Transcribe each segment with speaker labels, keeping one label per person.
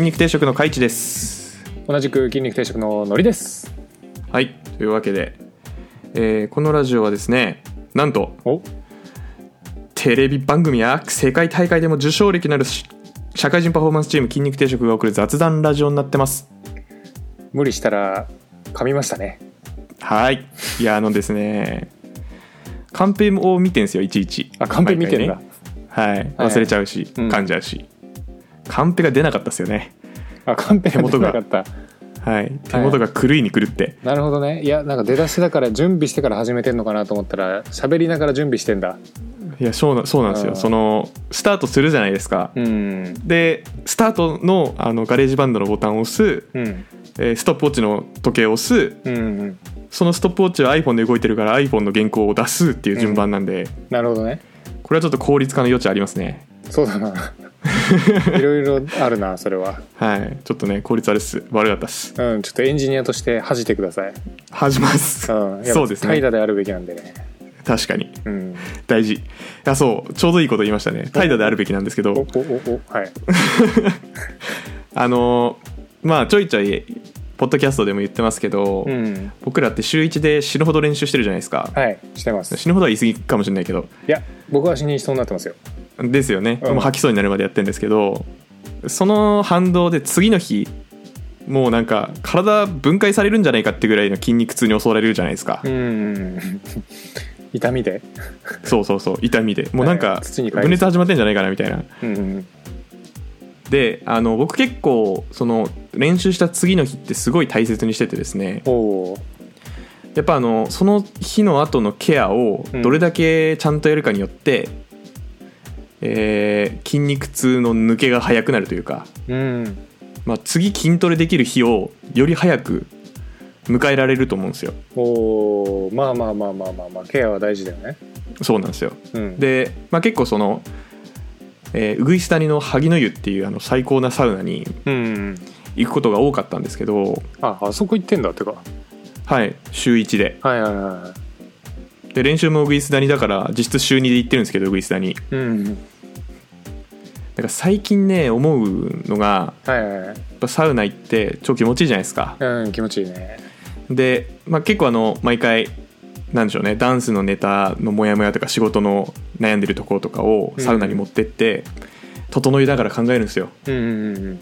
Speaker 1: 肉定食の海地です
Speaker 2: 同じく筋肉定食ののりです
Speaker 1: はいというわけで、えーこのラジオはですねなんと
Speaker 2: お
Speaker 1: テレビ番組や世界大会でも受賞歴のあるし社会人パフォーマンスチーム筋肉定食が送る雑談ラジオになってます
Speaker 2: 無理したら噛みましたね
Speaker 1: はいいやあのですねカンペを見てんすよいちいち
Speaker 2: あカンペ見てんだ、
Speaker 1: 毎回ねはい忘れちゃうし、
Speaker 2: うん
Speaker 1: 噛んじゃうしカンペが出なかったっすよね
Speaker 2: あカンペが出なかった
Speaker 1: はい手元が狂いに狂って、
Speaker 2: なるほどねいやなんか出だしだから準備してから始めてんのかなと思ったら喋りながら準備してんだ
Speaker 1: い、やそうなそうなんです
Speaker 2: う
Speaker 1: よ
Speaker 2: ん
Speaker 1: そのスタートするじゃないですか、
Speaker 2: うん
Speaker 1: でスタートのあのガレージバンドのボタンを押す、
Speaker 2: うん
Speaker 1: えーストップウォッチの時計を押す
Speaker 2: うんうん
Speaker 1: そのストップウォッチは iPhone で動いてるから iPhone の原稿を出すっていう順番なんで、
Speaker 2: なるほどね
Speaker 1: これはちょっと効率化の余地ありますね
Speaker 2: そうだ ないろいろあるなそれは
Speaker 1: はいちょっとね効率悪いっす悪かったっす
Speaker 2: うんちょっとエンジニアとして恥じてください、
Speaker 1: 恥じます、
Speaker 2: うん、やっぱ
Speaker 1: そうです
Speaker 2: 怠
Speaker 1: ね
Speaker 2: 惰であるべきなんでね
Speaker 1: 確かに
Speaker 2: うん
Speaker 1: 大事いやそうちょうどいいこと言いましたね怠惰であるべきなんですけ
Speaker 2: おお
Speaker 1: ど
Speaker 2: おおはい
Speaker 1: あのーまあちょいちょいポッドキャストでも言ってますけど、
Speaker 2: うん
Speaker 1: 僕らって週1で死ぬほど練習してるじゃないですか、
Speaker 2: はいしてます
Speaker 1: 死ぬほどは言い過ぎかもしれないけど
Speaker 2: いや僕は死にそうになってますよ
Speaker 1: ですよね、
Speaker 2: うん
Speaker 1: もう吐きそうになるまでやってるんですけどその反動で次の日もうなんか体分解されるんじゃないかってぐらいの筋肉痛に襲われるじゃない ですか、
Speaker 2: うん痛みで
Speaker 1: そうそうそう痛みでもうなん
Speaker 2: は
Speaker 1: か
Speaker 2: い土に帰る
Speaker 1: 分裂始まってんじゃないかなみたいな
Speaker 2: うん
Speaker 1: であの僕結構その練習した次の日ってすごい大切にしててですね
Speaker 2: おおー
Speaker 1: やっぱあのその日の後のケアをどれだけちゃんとやるかによって、えー筋肉痛の抜けが早くなるというか
Speaker 2: うん
Speaker 1: まあ、次筋トレできる日をより早く迎えられると思うんですよ
Speaker 2: おーまあまあまあまあまあまあケアは大事だよね
Speaker 1: そうなんですよ
Speaker 2: うん
Speaker 1: で、まあ、結構その、えー、ウグイス谷の萩の湯っていうあの最高なサウナに
Speaker 2: うん
Speaker 1: 行くことが多かったんですけど
Speaker 2: ああそこ行ってんだってか
Speaker 1: はい週1で
Speaker 2: はいはいは
Speaker 1: で練習もウグイス谷だから実質週2で行ってるんですけどウグイス谷だか
Speaker 2: いうん
Speaker 1: ら最近ね思うのが
Speaker 2: はいはいはい
Speaker 1: やっぱサウナ行って超気持ちいいじゃないですか
Speaker 2: うん気持ちいいね
Speaker 1: で、まあ、結構あの毎回なんでしょうねダンスのネタのモヤモヤとか仕事の悩んでるところとかをサウナに持ってって、整いながら考えるんですよ
Speaker 2: うんうんうん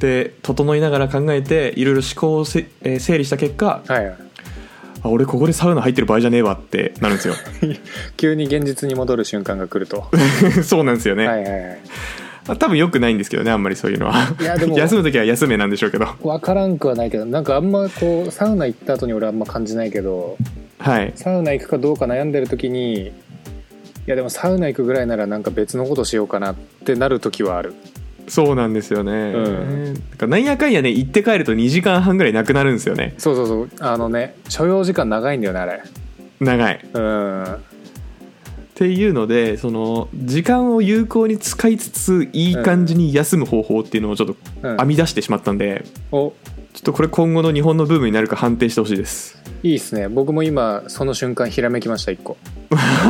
Speaker 1: で整いながら考えていろいろ思考をせ、えー整理した結果
Speaker 2: はいはい
Speaker 1: あ俺ここでサウナ入ってる場合じゃねえわってなるんです よ
Speaker 2: 急に現実に戻る瞬間が来ると は
Speaker 1: そうなんですよ
Speaker 2: い
Speaker 1: ね、
Speaker 2: はいはい
Speaker 1: あ多分よくないんですけどねあんまりそういうのは
Speaker 2: いやでも
Speaker 1: 休む時は休めなんでしょうけど
Speaker 2: 分からんくはないけどなんかあんまこうサウナ行った後に俺あんま感じないけど
Speaker 1: はい
Speaker 2: サウナ行くかどうか悩んでる時にいやでもサウナ行くぐらいならなんか別のことしようかなってなる時はある
Speaker 1: そうなんですよね、
Speaker 2: うん
Speaker 1: なんかなんやかんやね行って帰ると2時間半ぐらいなくなるんですよね
Speaker 2: そうそうそうあのね所要時間長いんだよねあれ
Speaker 1: 長い
Speaker 2: うん
Speaker 1: っていうのでその時間を有効に使いつついい感じに休む方法っていうのをちょっと
Speaker 2: うん
Speaker 1: 編み出してしまったんで、
Speaker 2: お
Speaker 1: ちょっとこれ今後の日本のブームになるか判定してほしいです
Speaker 2: いいっすね僕も今その瞬間ひらめきました一個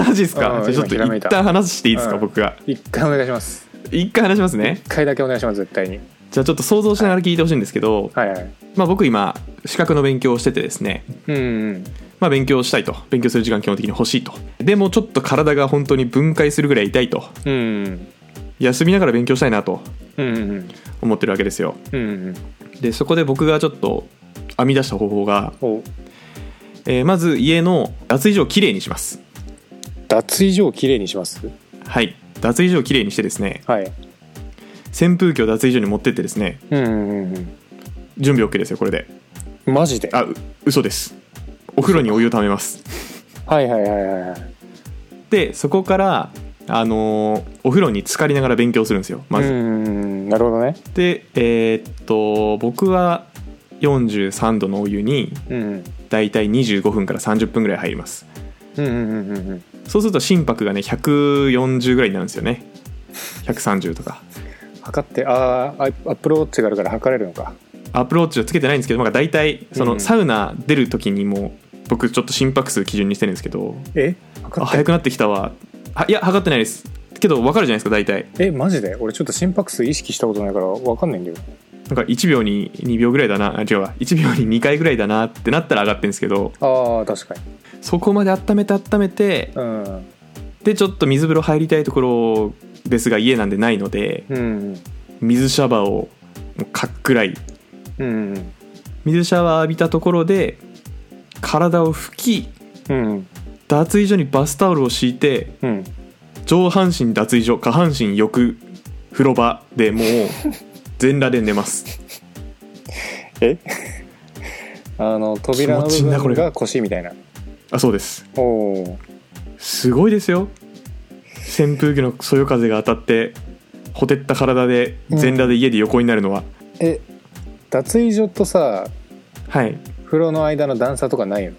Speaker 1: マジですか
Speaker 2: うん
Speaker 1: じゃあちょっと
Speaker 2: 今ひらめ
Speaker 1: 一
Speaker 2: いた
Speaker 1: 旦話していいですか、
Speaker 2: うん
Speaker 1: 僕が
Speaker 2: 一回お願いします
Speaker 1: 一回話しますね
Speaker 2: 一回だけお願いします絶対に
Speaker 1: じゃあちょっと想像しながら聞いてほしいんですけど、
Speaker 2: はいはい
Speaker 1: まあ、僕今資格の勉強をしててですね、
Speaker 2: うんうん
Speaker 1: まあ、勉強したいと勉強する時間基本的に欲しいとでもちょっと体が本当に分解するぐらい痛いと
Speaker 2: うん
Speaker 1: 休みながら勉強したいなと
Speaker 2: うんうん
Speaker 1: 思ってるわけですよ
Speaker 2: うんうん
Speaker 1: でそこで僕がちょっと編み出した方法が
Speaker 2: お
Speaker 1: えーまず家の脱衣所をきれいにします
Speaker 2: 脱衣所をきれいにします
Speaker 1: はい脱衣所をきれいにしてですね
Speaker 2: はい
Speaker 1: 扇風機を脱衣所に持ってってですね
Speaker 2: うんうんうん
Speaker 1: 準備 OK ですよこれで
Speaker 2: うんマジで
Speaker 1: あう嘘ですお風呂にお湯をためます
Speaker 2: はいはいはいはいはい
Speaker 1: でそこからあのーお風呂に浸かりながら勉強するんですよまず、
Speaker 2: うんうんうんなるほどね
Speaker 1: でえーっと僕は43度のお湯に
Speaker 2: うん
Speaker 1: だいたい25分から30分ぐらい入ります
Speaker 2: うんうんうんうんうん
Speaker 1: そうすると心拍がね140ぐらいになるんですよね130とか
Speaker 2: 測ってああアップローチがあるから測れるのか
Speaker 1: アプローチはつけてないんですけど、まあ、大体そうの
Speaker 2: ん
Speaker 1: サウナ出る時にも僕ちょっと心拍数基準にしてるんですけど
Speaker 2: え
Speaker 1: あ
Speaker 2: 測って
Speaker 1: 早くなってきたわはいや測ってないですけど分かるじゃないですか大体
Speaker 2: えマジで俺ちょっと心拍数意識したことないから分かんないんだけど
Speaker 1: なんか1秒に2秒ぐらいだなあ違うわ1秒に2回ぐらいだなってなったら上がってるんですけど
Speaker 2: ああ確かに
Speaker 1: そこまで温めて温めて
Speaker 2: うん
Speaker 1: でちょっと水風呂入りたいところですが家なんでないので
Speaker 2: うん
Speaker 1: 水シャワーをもうかっくらい
Speaker 2: うん
Speaker 1: 水シャワー浴びたところで体を拭き
Speaker 2: うん
Speaker 1: 脱衣所にバスタオルを敷いて
Speaker 2: うん
Speaker 1: 上半身脱衣所下半身浴風呂場でもう全裸で寝ます
Speaker 2: えあの扉の
Speaker 1: 気持ちいいな
Speaker 2: 部
Speaker 1: こ
Speaker 2: 分
Speaker 1: れ
Speaker 2: が腰みたいな
Speaker 1: あそうです
Speaker 2: おお
Speaker 1: すごいですよ扇風機のそよ風が当たってほてった体で全裸で家で横になるのは、
Speaker 2: え脱衣所とさ
Speaker 1: はい
Speaker 2: 風呂の間の段差とかないよ、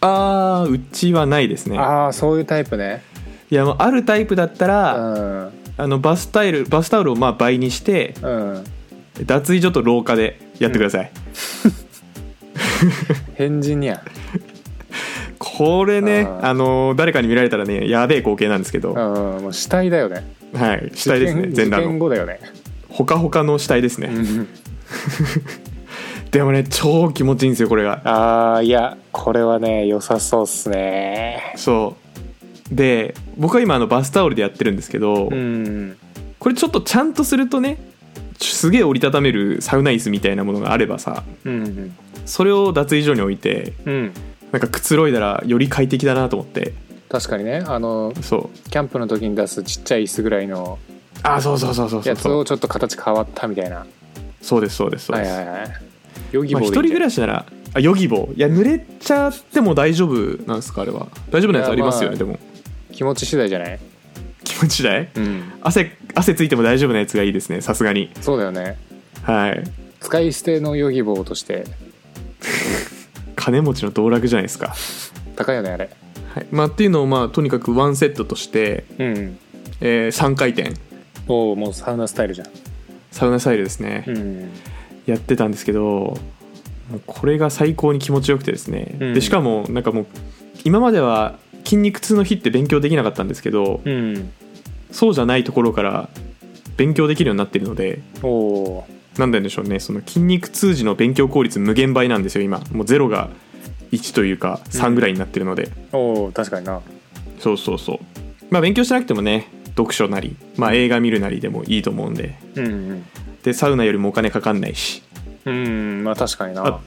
Speaker 1: あーうちはないですね
Speaker 2: ああそういうタイプね
Speaker 1: いやもうあるタイプだった
Speaker 2: う
Speaker 1: ら、
Speaker 2: ん
Speaker 1: あのバスタイルバスタオルをまあ倍にして
Speaker 2: うん
Speaker 1: 脱衣所と廊下でやってください、
Speaker 2: 変人や
Speaker 1: これね
Speaker 2: あー
Speaker 1: あの誰かに見られたらねやべえ光景なんですけど、
Speaker 2: うんもう死体だよね
Speaker 1: はい死体ですね
Speaker 2: 事件
Speaker 1: 全裸
Speaker 2: 事件
Speaker 1: の
Speaker 2: 後だよね
Speaker 1: ほかほかの死体ですね、
Speaker 2: うん
Speaker 1: でもね超気持ちいいんですよこれが
Speaker 2: ああいやこれはね良さそうっすね
Speaker 1: そうで僕は今あのバスタオルでやってるんですけど、
Speaker 2: うん
Speaker 1: これちょっとちゃんとするとねすげえ折りたためるサウナ椅子みたいなものがあればさ
Speaker 2: うん
Speaker 1: それを脱衣所に置いて
Speaker 2: うん
Speaker 1: なんかくつろいだらより快適だなと思って
Speaker 2: 確かにねあの
Speaker 1: そう
Speaker 2: キャンプの時に出すちっちゃい椅子ぐらいの
Speaker 1: あそうそうそうそうそ
Speaker 2: や
Speaker 1: う
Speaker 2: つ
Speaker 1: そ
Speaker 2: を
Speaker 1: う
Speaker 2: ちょっと形変わったみたいな
Speaker 1: そうですそうですそう
Speaker 2: は
Speaker 1: で
Speaker 2: い
Speaker 1: す、
Speaker 2: はいはいヨギ
Speaker 1: まあ、
Speaker 2: ボー
Speaker 1: 一
Speaker 2: で
Speaker 1: 人
Speaker 2: いいんじ
Speaker 1: 暮
Speaker 2: ゃない
Speaker 1: らしならあヨギボーいや濡れちゃっても大丈夫なんですかあれは大丈夫なやつありますよね、
Speaker 2: いや
Speaker 1: でも
Speaker 2: 気持ち次第じゃない
Speaker 1: 気持ち次第
Speaker 2: うん
Speaker 1: 汗汗ついても大丈夫なやつがいいですねさすがに
Speaker 2: そうだよね
Speaker 1: はい
Speaker 2: 使い捨てのヨギボーとして
Speaker 1: 金持ちの道楽じゃないですか、
Speaker 2: 高いよねあれ
Speaker 1: はいまあ、っていうのをまあとにかくワンセットとして、
Speaker 2: うん
Speaker 1: え3回転
Speaker 2: おおもうサウナスタイルじゃん
Speaker 1: サウナスタイルですね、
Speaker 2: うん
Speaker 1: やってたんですけどもうこれが最高に気持ちよくてですね、
Speaker 2: うん
Speaker 1: でしかもなんかもう今までは筋肉痛の日って勉強できなかったんですけど、
Speaker 2: うん
Speaker 1: そうじゃないところから勉強できるようになってるので
Speaker 2: おお
Speaker 1: なんででしょうねその筋肉痛時の勉強効率無限倍なんですよ今もう0が1というか3ぐらいになってるので、
Speaker 2: おお確かにな
Speaker 1: そうそうそうまあ勉強しなくてもね読書なり、まあ、映画見るなりでもいいと思うんで
Speaker 2: うん
Speaker 1: でサウナよりもお金かかんないし
Speaker 2: うん、うん、まあ確かにな
Speaker 1: あ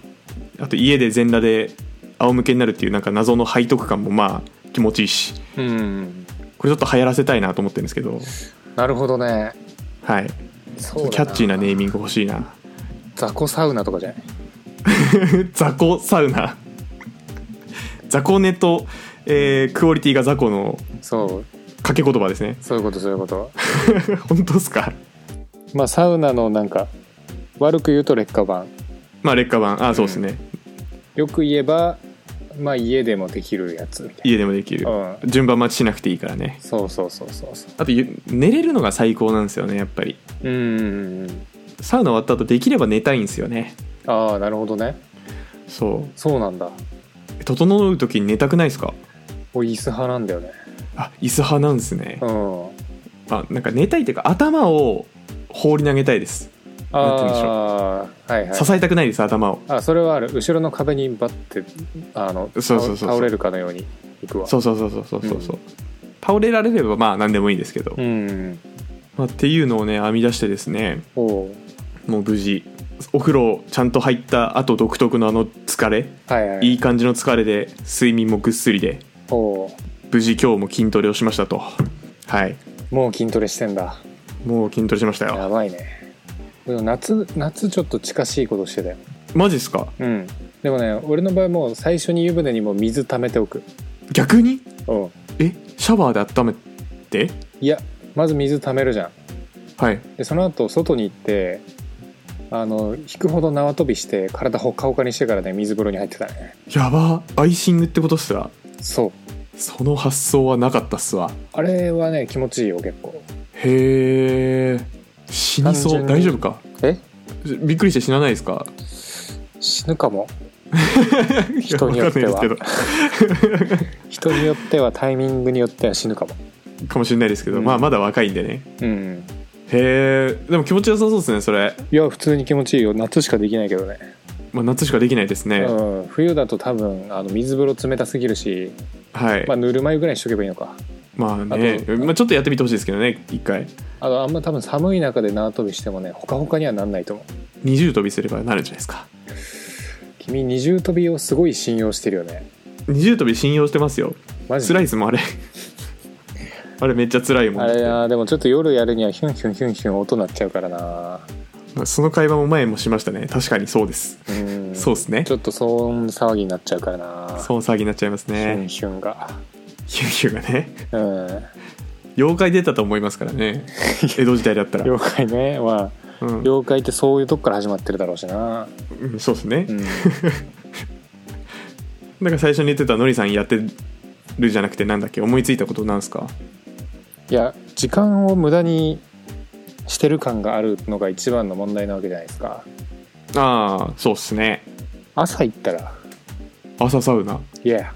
Speaker 1: あと家で全裸で仰向けになるっていうなんか謎の背徳感もまあ気持ちいいし
Speaker 2: うん
Speaker 1: これちょっと流行らせたいなと思ってるんですけど
Speaker 2: なるほどね
Speaker 1: はい
Speaker 2: そうだな
Speaker 1: キャッチーなネーミング欲しいな
Speaker 2: 雑魚サウナとかじゃない
Speaker 1: 雑魚サウナ雑魚寝と、えークオリティが雑魚の
Speaker 2: そう
Speaker 1: 掛け言葉ですね
Speaker 2: そういうことそういうこと
Speaker 1: 本当ですか
Speaker 2: まあサウナのなんか悪く言うと劣化版
Speaker 1: まあ劣化版あそうですね、
Speaker 2: よく言えばまあ家でもできるやつみたい
Speaker 1: 家でもできる
Speaker 2: な、うん、
Speaker 1: 順番待ちしなくていいからね
Speaker 2: そうそうそうそうそ
Speaker 1: あとゆ寝れるのが最高なんですよねやっぱり
Speaker 2: ううん
Speaker 1: サウナ終わった後できれば寝たいんですよね
Speaker 2: ああなるほどね
Speaker 1: そ
Speaker 2: そうなんだ
Speaker 1: う整う時に寝たくないですか
Speaker 2: 俺椅子派なんだよね
Speaker 1: あ椅子派なんですね
Speaker 2: うん
Speaker 1: あなんか寝たいっていうか頭を放り投げたいです
Speaker 2: あ
Speaker 1: なんて言うんでしょう
Speaker 2: あーはいはい
Speaker 1: 支えたくないです頭を
Speaker 2: あそれはある後ろの壁にバッてあの
Speaker 1: そうそうそうそう
Speaker 2: 倒倒れるかのようにいくわ
Speaker 1: そうそうそうそうそうそうそう倒れられればまあ何でもいいんですけど、
Speaker 2: うん
Speaker 1: まあ、っていうのをね編み出してですね
Speaker 2: おおう
Speaker 1: もう無事お風呂ちゃんと入った後独特のあの疲れ
Speaker 2: はいはい
Speaker 1: いい感じの疲れで睡眠もぐっすりで
Speaker 2: おおう
Speaker 1: 無事今日も筋トレをしましたとはい
Speaker 2: もう筋トレしてんだ
Speaker 1: もう筋トレしましたよ
Speaker 2: やばいねでも夏夏ちょっと近しいことしてたよ
Speaker 1: マジっすか
Speaker 2: うんでもね俺の場合もう最初に湯船にもう水溜めておく
Speaker 1: 逆に
Speaker 2: うん
Speaker 1: えシャワーで温めて
Speaker 2: いやまず水溜めるじゃん
Speaker 1: はい
Speaker 2: でその後外に行ってあの引くほど縄跳びして体ほっかほかにしてからね水風呂に入ってたね
Speaker 1: やばアイシングってことっすら
Speaker 2: そう
Speaker 1: その発想はなかったっすわ
Speaker 2: あれはね気持ちいいよ結構
Speaker 1: へえ死にそう
Speaker 2: 単純
Speaker 1: 大
Speaker 2: に
Speaker 1: 丈夫か
Speaker 2: え
Speaker 1: びっくりして死なないですか
Speaker 2: 死ぬかも人によっては
Speaker 1: わかんないです
Speaker 2: 人によってはタイミングによっては死ぬかも
Speaker 1: けどかもしれないですけど、
Speaker 2: うん
Speaker 1: まあまだ若いんでね
Speaker 2: うん
Speaker 1: へえでも気持ちよさそうですねそれ、
Speaker 2: いや普通に気持ちいいよ夏しかできないけどね、
Speaker 1: まあ、夏しかできないですね、
Speaker 2: うん、冬だと多分あの水風呂冷たすぎるし、
Speaker 1: はい
Speaker 2: ま
Speaker 1: ま
Speaker 2: あ、ぬるま湯ぐらいにしとけばいいのか
Speaker 1: あね
Speaker 2: あと
Speaker 1: まあ、ちょっとやってみてほしいですけどね一回
Speaker 2: あのあんま多分寒い中で縄跳びしてもねほかほかにはなんないと思う
Speaker 1: 20跳びすればなるんじゃないですか
Speaker 2: 君二重跳びをすごい信用してるよね
Speaker 1: 20跳び信用してますよ
Speaker 2: マジ
Speaker 1: 辛いですもん あれあれめっちゃ辛いもん
Speaker 2: あ
Speaker 1: だっ
Speaker 2: れ
Speaker 1: て
Speaker 2: やでもちょっと夜やるにはヒュンヒュンヒュンヒュン音鳴っちゃうからな
Speaker 1: まあその会話も前もしましたね確かにそうです
Speaker 2: うん
Speaker 1: そうですね
Speaker 2: ちょっと騒音騒ぎになっちゃうからな
Speaker 1: そう騒ぎになっちゃいます
Speaker 2: ヒュ
Speaker 1: ね
Speaker 2: ンヒュンが
Speaker 1: ヒューヒューがね
Speaker 2: うん
Speaker 1: 妖怪出たと思いますから ね江戸時代だったら、
Speaker 2: 妖怪ねまあ
Speaker 1: うん
Speaker 2: 妖怪ってそういうとこから始まってるだろうしな
Speaker 1: うんそうですね、
Speaker 2: うん
Speaker 1: なんか最初に言ってたのりさんやってるじゃなくてなんだっけ思いついたことなんすか
Speaker 2: いや時間を無駄にしてる感があるのが一番の問題なわけじゃないですか
Speaker 1: ああそうっすね
Speaker 2: 朝行ったら
Speaker 1: 朝サウナ
Speaker 2: いや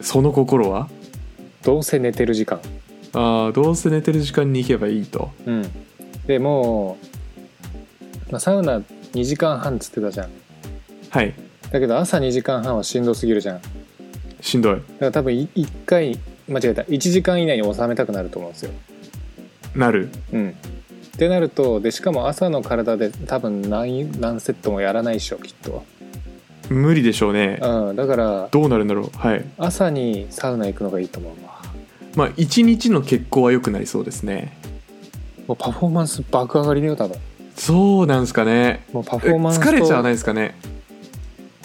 Speaker 1: その心は
Speaker 2: どうせ寝てる時間
Speaker 1: ああどうせ寝てる時間に行けばいいと
Speaker 2: うんでもう、まあ、サウナ2時間半っつってたじゃん
Speaker 1: はい
Speaker 2: だけど朝2時間半はしんどすぎるじゃんだか
Speaker 1: しんどい
Speaker 2: ら多分1回間違えた1時間以内に収めたくなると思うんですよ
Speaker 1: なる
Speaker 2: うんってなるとでしかも朝の体で多分何何セットもやらないでしょきっと、
Speaker 1: 無理でしょうね
Speaker 2: うん、だから
Speaker 1: どうなるんだろうはい
Speaker 2: 朝にサウナ行くのがいいと思うわ
Speaker 1: まあ一日の血行は良くなりそうですね
Speaker 2: もうパフォーマンス爆上がりだよ多分
Speaker 1: そうなんすかね
Speaker 2: もうパフ
Speaker 1: え
Speaker 2: ォーマンスと
Speaker 1: 疲れちゃわないですかね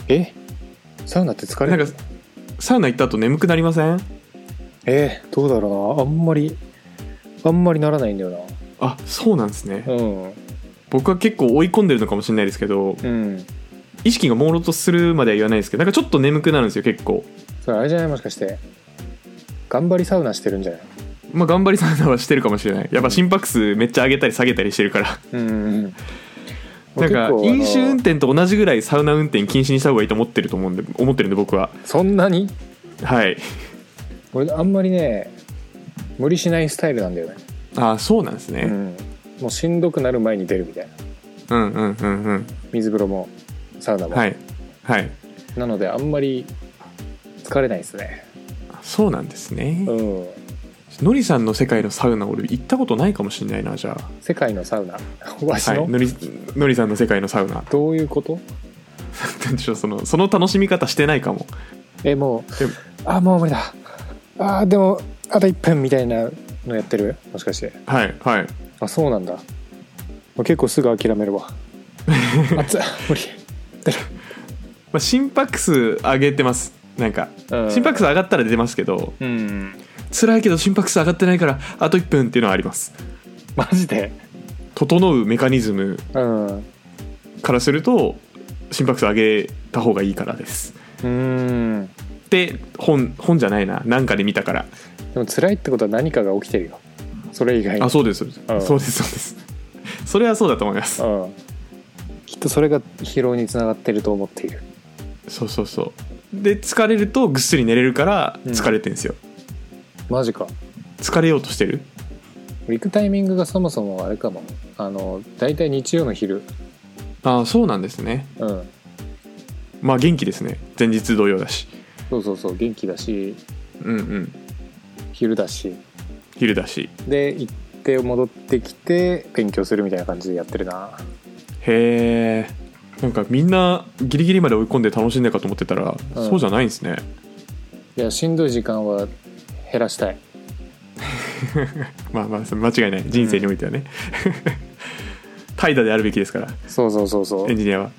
Speaker 2: えサウナって疲れ
Speaker 1: な
Speaker 2: る
Speaker 1: んかサウナ行った後眠くなりません
Speaker 2: えーどうだろうなあんまりあんまりならないんだよ
Speaker 1: あそうなんですね
Speaker 2: なうん
Speaker 1: 僕は結構追い込んでるのかもしれないですけど
Speaker 2: うん
Speaker 1: 意識が朦朧とするまでは言わないですけどなんかちょっと眠くなるんですよ結構
Speaker 2: それあれじゃないもしかして頑張りサウナしてるんじゃない
Speaker 1: まあ頑張りサウナはしてるかもしれないやっぱ心拍数めっちゃ上げたり下げたりしてるから
Speaker 2: うんうんう
Speaker 1: なんか
Speaker 2: 結構あの
Speaker 1: 飲酒運転と同じぐらいサウナ運転禁止にした方がいいと思ってると思うんで思ってるんで僕は
Speaker 2: そんなに
Speaker 1: はい
Speaker 2: 俺あんまりね無理しないスタイルなんだよね、
Speaker 1: ああそうなんです
Speaker 2: う
Speaker 1: ね、
Speaker 2: ん、もうしんどくなる前に出るみたいな
Speaker 1: うん、うんうんうん
Speaker 2: 水風呂もサウナも、
Speaker 1: はいはい
Speaker 2: なのであんまり疲れないですね
Speaker 1: そうなんですね、
Speaker 2: うん
Speaker 1: のりさんの世界のサウナ俺行ったことないかもしれないなじゃ
Speaker 2: 世界のサウナ わし
Speaker 1: あ、は
Speaker 2: の、
Speaker 1: い、のりのりさんの世界のサウナ
Speaker 2: どういうこと
Speaker 1: なんでしょうそのその楽しみ方してないかも
Speaker 2: えも
Speaker 1: でも
Speaker 2: うあもう無理だあでもあと1分みたいなのやってるもしかして
Speaker 1: はいはい
Speaker 2: あそうなんだもう結構すぐ諦める わ熱っ無理
Speaker 1: まあ、心拍数上げてますなんか
Speaker 2: うん
Speaker 1: 心拍数上がったら出ますけど
Speaker 2: うん
Speaker 1: 辛いけど心拍数上がってないからあと1分っていうのはあります
Speaker 2: マジで
Speaker 1: 整うメカニズム
Speaker 2: うん
Speaker 1: からすると心拍数上げた方がいいからです
Speaker 2: うん
Speaker 1: で本本じゃないななんかで見たから
Speaker 2: でも辛いってことは何かが起きてるよそれ以外に
Speaker 1: あそうですそうです
Speaker 2: うん
Speaker 1: そうですそうですそれはそうだと思います
Speaker 2: うんきっとそれが疲労につながってると思っている
Speaker 1: そうそうそうで疲れるとぐっすり寝れるから
Speaker 2: うん
Speaker 1: 疲れてんですよ、
Speaker 2: マジか
Speaker 1: 疲れようとしてる
Speaker 2: 行くタイミングがそもそもあれかもあの大体日曜の昼
Speaker 1: ああそうなんですね
Speaker 2: うん
Speaker 1: まあ元気ですね前日同様だし
Speaker 2: そうそうそう元気だし
Speaker 1: うんうん
Speaker 2: 昼だし
Speaker 1: 昼だし
Speaker 2: で行って戻ってきて勉強するみたいな感じでやってるな
Speaker 1: へえなんかみんなギリギリまで追い込んで楽しんでるかと思ってたら、
Speaker 2: うん
Speaker 1: そうじゃないんですね
Speaker 2: いやしんどい時間は減らしたい
Speaker 1: まあまあそれ間違いない人生においてはね、 怠惰であるべきですから
Speaker 2: そうそうそうそう
Speaker 1: エンジニアは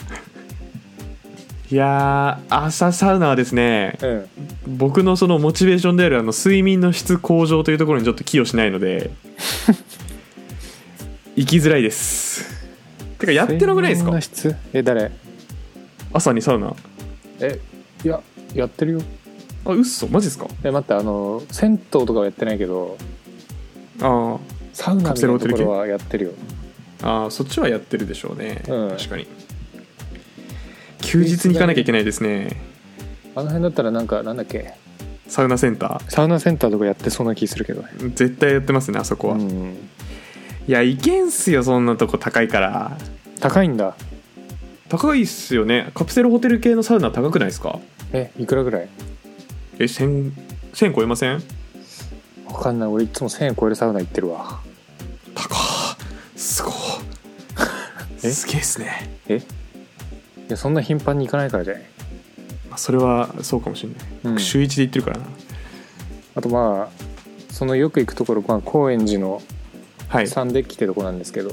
Speaker 1: いやー朝サウナはですね
Speaker 2: うん
Speaker 1: 僕のそのモチベーションであるあの睡眠の質向上というところにちょっと寄与しないの で生きづらいですてかやってなくないです
Speaker 2: 睡眠
Speaker 1: か
Speaker 2: の質え誰
Speaker 1: 朝にサウナ
Speaker 2: えいややってるよ
Speaker 1: あ嘘マジですか
Speaker 2: え待ってあの銭湯とかはやってないけど
Speaker 1: ああ
Speaker 2: サウ
Speaker 1: カプ
Speaker 2: ナみた
Speaker 1: セル
Speaker 2: いな
Speaker 1: ホ
Speaker 2: と
Speaker 1: テル
Speaker 2: こ
Speaker 1: 系
Speaker 2: ろはやってるよ
Speaker 1: ああそっちはやってるでしょうね、
Speaker 2: うん
Speaker 1: 確かに休日に行かなきゃいけないですね
Speaker 2: あの辺だったらなんかなんだっけ
Speaker 1: サウナセンタ
Speaker 2: サウナセンターとかやってそうな気するけどね
Speaker 1: ー絶対やってますねあそこは、
Speaker 2: う
Speaker 1: い
Speaker 2: ん
Speaker 1: いやいけんすよそんなとこ高いから
Speaker 2: 高いんだ
Speaker 1: 高いっすよねカプセルホテル系のサウナ高くないですか
Speaker 2: えいくらぐらい
Speaker 1: え1000 1000超えません
Speaker 2: わかんない俺いつも1000円超えるサウナ行ってるわ
Speaker 1: 高っすごっ
Speaker 2: え
Speaker 1: すげえっすね、
Speaker 2: いやそんな頻繁に行かないからじゃない、
Speaker 1: まあ、それはそうかもしれない、
Speaker 2: うん
Speaker 1: 僕週1で行ってるからな
Speaker 2: あとまあそのよく行くところ、まあ、高円寺の
Speaker 1: はい
Speaker 2: サンデッキってとこなんですけど、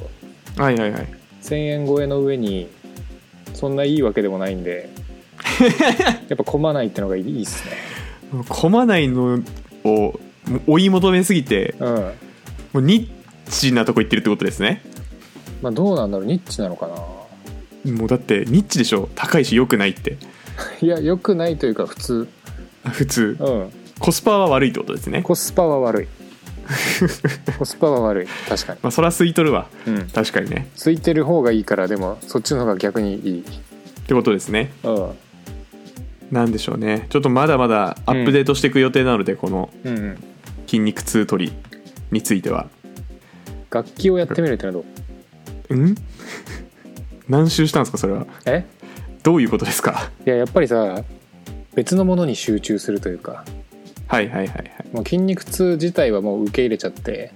Speaker 1: はいはいはい
Speaker 2: 1000円超えの上にそんないいわけでもないんでやっぱ混まないってのがいいっすね
Speaker 1: 混まないのを追い求めすぎて
Speaker 2: うん
Speaker 1: もうニッチなとこ行ってるってことですね
Speaker 2: まあどうなんだろうニッチなのかな
Speaker 1: もうだってニッチでしょ高いし良くないって
Speaker 2: いや良くないというか普通
Speaker 1: あ普通
Speaker 2: うん
Speaker 1: コスパは悪いってことですね
Speaker 2: コスパは悪いコスパは悪い確かに
Speaker 1: まあそら空いとるわ
Speaker 2: うん
Speaker 1: 確かにね
Speaker 2: 空いてる方がいいからでもそっちの方が逆にいい
Speaker 1: ってことですね
Speaker 2: うん
Speaker 1: なんでしょうねちょっとまだまだアップデートしていく予定なので、この
Speaker 2: うんうん
Speaker 1: 筋肉痛取りについては
Speaker 2: 楽器をやってみるってのはどうん
Speaker 1: 何周したんですかそれは
Speaker 2: え
Speaker 1: どういうことですか
Speaker 2: いややっぱりさ別のものに集中するというか
Speaker 1: はいはいはいはい
Speaker 2: もう筋肉痛自体はもう受け入れちゃって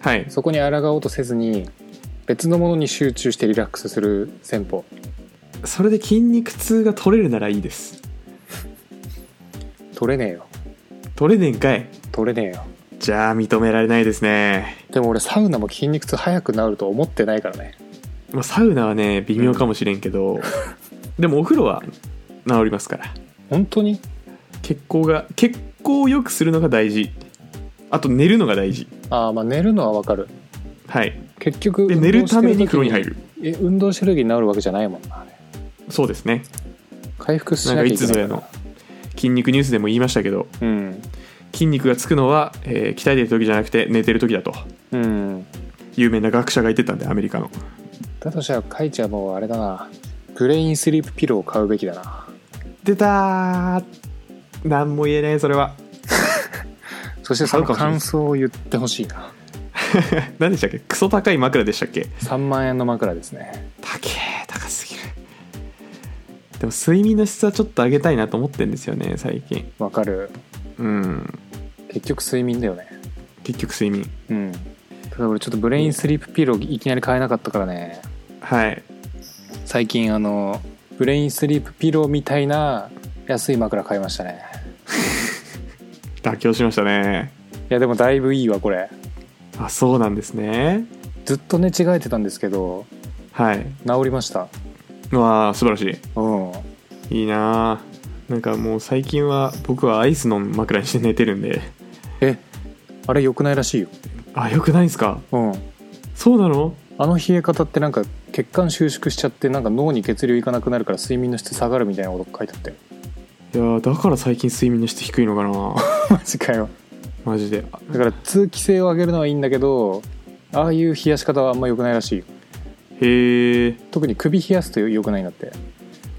Speaker 1: はい
Speaker 2: そこに抗おうとせずに別のものに集中してリラックスする戦法
Speaker 1: それで筋肉痛が取れるならいいです
Speaker 2: 取れねえよ
Speaker 1: 取れねえんかい
Speaker 2: 取れねえよ
Speaker 1: じゃあ認められないですね、
Speaker 2: でも俺サウナも筋肉痛早くなると思ってないからね
Speaker 1: まあ、サウナはね微妙かもしれんけ ど、でもお風呂は治りますから
Speaker 2: 本当に
Speaker 1: 血行が血行を良くするのが大事あと寝るのが大事
Speaker 2: ああまあ寝るのはわかる
Speaker 1: はい
Speaker 2: 結局
Speaker 1: で
Speaker 2: 運動
Speaker 1: 寝るため
Speaker 2: して
Speaker 1: に
Speaker 2: 時
Speaker 1: 風呂に入る
Speaker 2: え運動してる時に治るわけじゃないもんなあれ
Speaker 1: そうですね
Speaker 2: 回復し
Speaker 1: なん
Speaker 2: な
Speaker 1: か
Speaker 2: きゃ
Speaker 1: い
Speaker 2: いけ
Speaker 1: つ
Speaker 2: な
Speaker 1: ぞ
Speaker 2: い
Speaker 1: やの筋肉ニュースでも言いましたけど
Speaker 2: うん
Speaker 1: 筋肉がつくのは、えー鍛えてる時じゃなくて寝てる時だと
Speaker 2: うん
Speaker 1: 有名な学者が言ってたんでアメリカの
Speaker 2: だとしたらカイちゃんもうあれだなブレインスリープピローを買うべきだな
Speaker 1: 出たー何も言えないそれは
Speaker 2: そしてその
Speaker 1: 買うかも
Speaker 2: 感
Speaker 1: し
Speaker 2: 想を言ってほしいな
Speaker 1: 何でしたっけクソ高い枕でしたっけ
Speaker 2: 3万円の枕ですね
Speaker 1: 高え高すぎるでも睡眠の質はちょっと上げたいなと思ってんですよね最近
Speaker 2: わかる
Speaker 1: うん
Speaker 2: 結局睡眠だよね
Speaker 1: 結局睡眠
Speaker 2: うんただ俺ちょっとブレインスリープピローいきなり買えなかったからね
Speaker 1: はい
Speaker 2: 最近あのブレインスリープピローみたいな安い枕買いましたね
Speaker 1: 妥協しましたね
Speaker 2: いやでもだいぶいいわこれ
Speaker 1: あそうなんですね
Speaker 2: ずっと寝違えてたんですけど
Speaker 1: はい
Speaker 2: 治りました
Speaker 1: うわあ素晴らし
Speaker 2: うん
Speaker 1: いいいなあなんかもう最近は僕はアイスの枕にして寝てるんで
Speaker 2: えあれ良くないらしいよ
Speaker 1: あよくないですか
Speaker 2: うん
Speaker 1: そうなの
Speaker 2: あの冷え方ってなんか血管収縮しちゃってなんか脳に血流いかなくなるから睡眠の質下がるみたいなこと書いてあったよ
Speaker 1: いやーだから最近睡眠の質低いのかな
Speaker 2: マジかよ
Speaker 1: マジであ
Speaker 2: だから通気性を上げるのはいいんだけどああいう冷やし方はあんま良くないらしいよ
Speaker 1: へえい
Speaker 2: 特に首冷やすと良くないんだって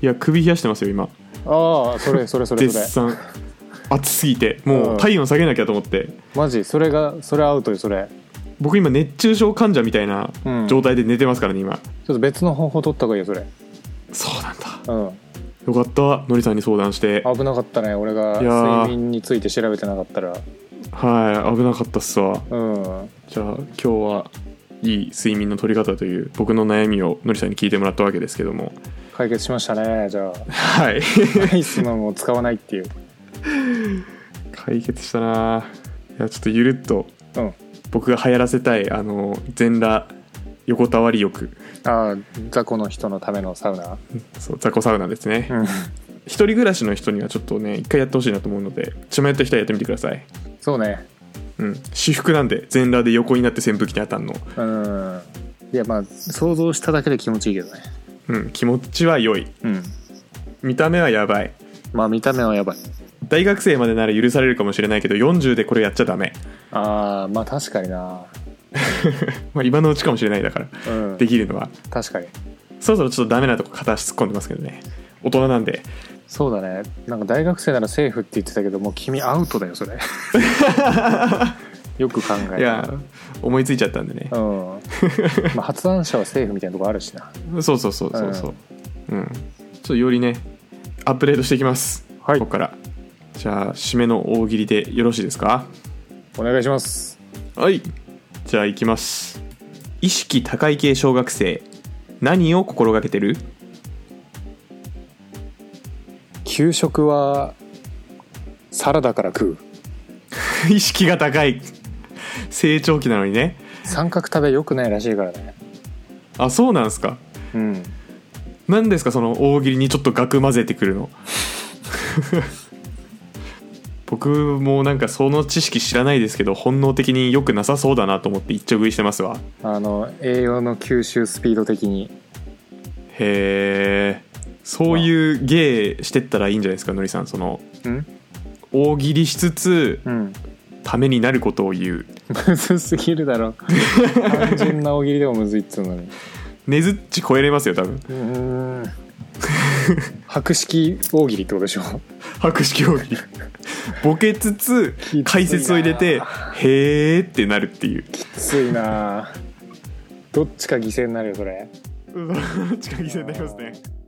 Speaker 1: や首冷やしてますよ今
Speaker 2: ああそれそれそれ
Speaker 1: 絶
Speaker 2: それ
Speaker 1: 賛暑すぎてもう体温下げなきゃと思って、
Speaker 2: マジそれがそれアウトよそれ
Speaker 1: 僕今熱中症患者みたいな
Speaker 2: うん
Speaker 1: 状態で寝てますからね今
Speaker 2: ちょっと別の方法取った方がいいよそれ
Speaker 1: そうなんだ
Speaker 2: う
Speaker 1: よかったのりさんに相談して
Speaker 2: ん危なかったね俺が
Speaker 1: いやー
Speaker 2: 睡眠について調べてなかったら
Speaker 1: はい危なかったっすわ
Speaker 2: うん
Speaker 1: じゃあ今日はいい睡眠の取り方という僕の悩みをのりさんに聞いてもらったわけですけども
Speaker 2: 解決しましたねじゃあ
Speaker 1: はい
Speaker 2: アイスマンを使わないっていう
Speaker 1: 解決したないやちょっとゆるっと
Speaker 2: うん
Speaker 1: 僕が流行らせたいあの全裸横たわり浴
Speaker 2: ああ雑魚の人のためのサウナ
Speaker 1: そう雑魚サウナですね、
Speaker 2: うん
Speaker 1: 一人暮らしの人にはちょっとね一回やってほしいなと思うのでちまやった人はやってみてください
Speaker 2: そうね
Speaker 1: うん私服なんで全裸で横になって扇風機に当たんの
Speaker 2: うんいやまあ想像しただけで気持ちいいけどね
Speaker 1: うん気持ちは良い
Speaker 2: うん
Speaker 1: 見た目はやばい
Speaker 2: まあ見た目はやばい
Speaker 1: 大学生までなら許されるかもしれないけど40でこれやっちゃダメ、
Speaker 2: ああまあ確かにな
Speaker 1: まあ、今のうちかもしれないだから
Speaker 2: うん
Speaker 1: できるのは
Speaker 2: 確かに
Speaker 1: そろそろちょっとダメなとこ片足突っ込んでますけどね大人なんで
Speaker 2: そうだねなんか大学生ならセーフって言ってたけどもう君アウトだよそれよく考えた
Speaker 1: いや思いついちゃったんでね
Speaker 2: う、んまあ発案者は政府みたいなとこあるしな
Speaker 1: そうそうそうそうそううん、ちょっとよりねアップデートしていきます、
Speaker 2: はい
Speaker 1: ここからじゃあ締めの大喜利でよろしいですか
Speaker 2: お願いします
Speaker 1: はいじゃあ行きます意識高い系小学生何を心がけてる
Speaker 2: 給食はサラダから食う
Speaker 1: 意識が高い成長期なのにね
Speaker 2: 三角食べ良くないらしいからね
Speaker 1: あそうなんですか
Speaker 2: うん
Speaker 1: 何ですかその大喜利にちょっと額混ぜてくるの 僕もなんかその知識知らないですけど本能的によくなさそうだなと思って一丁食いしてますわ
Speaker 2: あの栄養の吸収スピード的に
Speaker 1: へえそういう芸してったらいいんじゃないですかのりさんその
Speaker 2: うん
Speaker 1: 大喜利しつつ
Speaker 2: うん
Speaker 1: ためになることを言う
Speaker 2: むずすぎるだろ単純な大喜利でもむずいっつうのに
Speaker 1: ねずっち超えれますよ多分
Speaker 2: うーん博識大喜利ってことでしょ
Speaker 1: 博識大喜利ボケつつ
Speaker 2: きついな
Speaker 1: 解説を入れて「へえ」ってなるっていう
Speaker 2: きついなあどっちか犠牲になるよそれ
Speaker 1: うん近い線になりますね
Speaker 2: あー